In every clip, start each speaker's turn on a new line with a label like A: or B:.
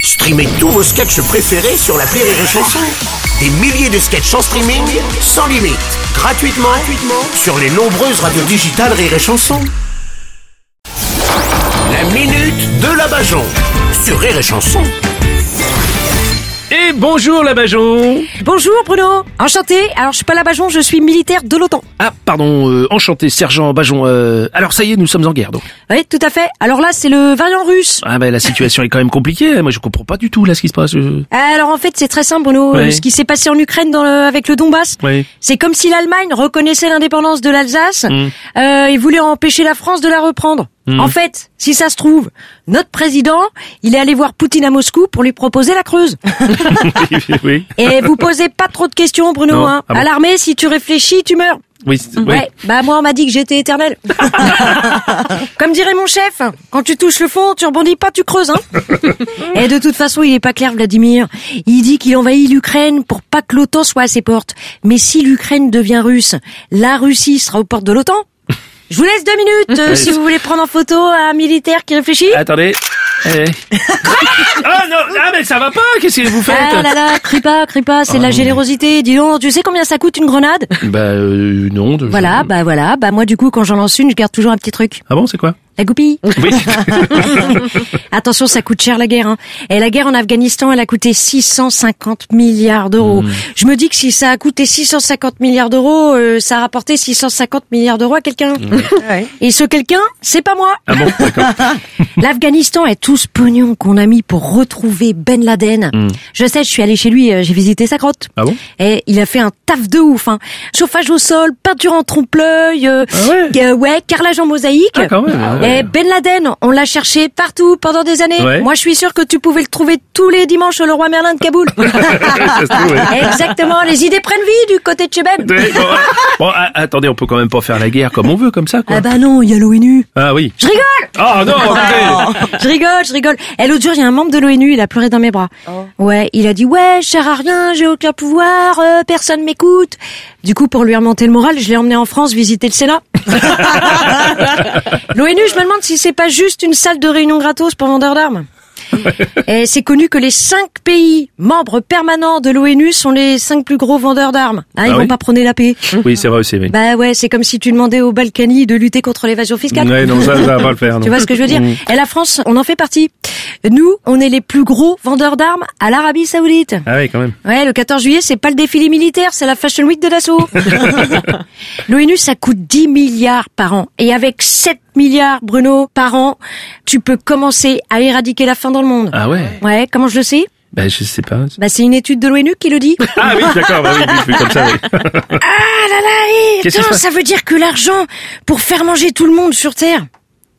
A: Streamez tous vos sketchs préférés sur la Rire et Chanson. Des milliers de sketchs en streaming, sans limite, gratuitement, gratuitement sur les nombreuses radios digitales Rire et Chanson. La minute de la Bajon sur Rire et Chanson.
B: Et bonjour la Bajon
C: Bonjour Bruno, enchanté. Alors je suis pas la Bajon, je suis militaire de l'OTAN.
B: Ah pardon, euh, enchanté sergent Bajon. euh, alors ça y est, nous sommes en guerre donc.
C: Oui, tout à fait. Alors là, c'est le variant russe.
B: Ah ben la situation est quand même compliquée, hein. moi je comprends pas du tout là ce qui se passe. euh.
C: Alors en fait, c'est très simple Bruno.
B: Ouais.
C: Euh, Ce qui s'est passé en Ukraine dans le- avec le Donbass,
B: Ouais.
C: c'est comme si l'Allemagne reconnaissait l'indépendance de l'Alsace
B: Mm.
C: euh, et voulait empêcher la France de la reprendre. En fait, si ça se trouve, notre président, il est allé voir Poutine à Moscou pour lui proposer la Creuse.
B: oui.
C: Et vous posez pas trop de questions Bruno.
B: Non.
C: hein.
B: Ah bon
C: À l'armée, si tu réfléchis, tu meurs.
B: Oui. c'est-
C: Ouais.
B: ouais.
C: bah moi on m'a dit que j'étais éternel. Comme dirait mon chef, quand tu touches le fond, tu rebondis pas, tu creuses. Hein Et de toute façon, il est pas clair Vladimir. Il dit qu'il envahit l'Ukraine pour pas que l'OTAN soit à ses portes. Mais si l'Ukraine devient russe, la Russie sera aux portes de l'OTAN. Je vous laisse deux minutes euh,
B: Ouais.
C: si vous voulez prendre en photo un militaire qui réfléchit.
B: Attendez. Eh. ah non, ah mais ça va pas, qu'est-ce que vous faites
C: Ah là là, crie pas, crie pas, c'est de la générosité. Dis donc, tu sais combien ça coûte une grenade
B: Bah euh, non. de-
C: Voilà, bah voilà, bah moi du coup quand j'en lance une, je garde toujours un petit truc.
B: Ah bon, c'est quoi
C: La goupille
B: Oui.
C: Attention, ça coûte cher la guerre. Hein. Et la guerre en Afghanistan, elle a coûté 650 milliards d'euros. Je me dis que si ça a coûté 650 milliards d'euros, euh, ça a rapporté 650 milliards d'euros à quelqu'un. Et ce quelqu'un, c'est pas moi.
B: ah bon, d'accord.
C: L'Afghanistan est tout ce pognon qu'on a mis pour retrouver Ben Laden. Je sais, je suis allée chez lui, euh, j'ai visité sa grotte.
B: Ah bon
C: Et Eh, il a fait un taf de ouf. Hein. Chauffage au sol, peinture en trompe-l'œil, euh,
B: Ah
C: euh, ouais, carrelage en mosaïque.
B: Ah, quand même, ah ouais.
C: Et Ben Laden, on l'a cherché partout pendant des années.
B: Ouais.
C: Moi, je suis sûr que tu pouvais le trouver tous les dimanches au Leroy Merlin de Kaboul.
B: Ça se trouve, ouais.
C: Exactement, les idées prennent vie du côté de chez Ben.
B: Ouais, bon, ah, bon, ah, attendez, on peut quand même pas faire la guerre comme on veut, comme ça quoi.
C: Ah bah non, il y a l'ONU.
B: Ah oui.
C: Je rigole
B: Ah non, attendez.
C: je rigole, je rigole. Et l'autre jour, il y a un membre de l'ONU, il a pleuré dans mes bras.
B: Oh.
C: Ouais, il a dit ouais, je sers à rien, j'ai aucun pouvoir, euh, personne m'écoute. Du coup, pour lui remonter le moral, je l'ai emmené en France visiter le Sénat. L'ONU, je me demande si c'est pas juste une salle de réunion gratos pour vendeurs d'armes. Et c'est connu que les cinq pays membres permanents de l'ONU sont les cinq plus gros vendeurs d'armes. Hein, ils
B: Ah
C: vont
B: oui Hein
C: pas prôner la paix.
B: Oui, c'est vrai aussi. Oui.
C: Bah ouais, c'est comme si tu demandais aux Balkany de lutter contre l'évasion fiscale.
B: Ouais, non, ça, ça va pas le faire. non. Mm.
C: Tu vois ce que je veux dire Et la France, on en fait partie. Nous, on est les plus gros vendeurs d'armes à l'Arabie Saoudite.
B: Ah oui, quand même.
C: Ouais, le 14 juillet, c'est pas le défilé militaire, c'est la Fashion Week de l'assaut. L'ONU, ça coûte 10 milliards par an. Et avec 7 milliards, Bruno, par an, tu peux commencer à éradiquer la faim dans le monde.
B: Ah ouais.
C: Ouais, comment je le sais
B: Bah je sais pas.
C: Bah c'est une étude de l'ONU qui le dit.
B: Ah oui, d'accord, bah oui, oui, oui, comme ça, oui.
C: Ah là là, eh,
B: Qu'est-ce qui se
C: putain,
B: passe
C: ça veut dire que l'argent pour faire manger tout le monde sur Terre,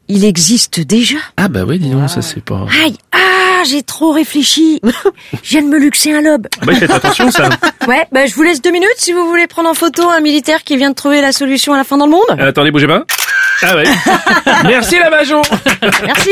C: il existe déjà.
B: Ah bah oui, dis donc, ça c'est pas...
C: Aïe, ah, j'ai trop réfléchi. je viens de me luxer un lobe.
B: Ah bah faites attention, ça.
C: Ouais, bah, je vous laisse deux minutes si vous voulez prendre en photo un militaire qui vient de trouver la solution à la fin dans le monde.
B: Euh, attendez, bougez pas. Ah ouais. Merci la Bajon
C: Merci.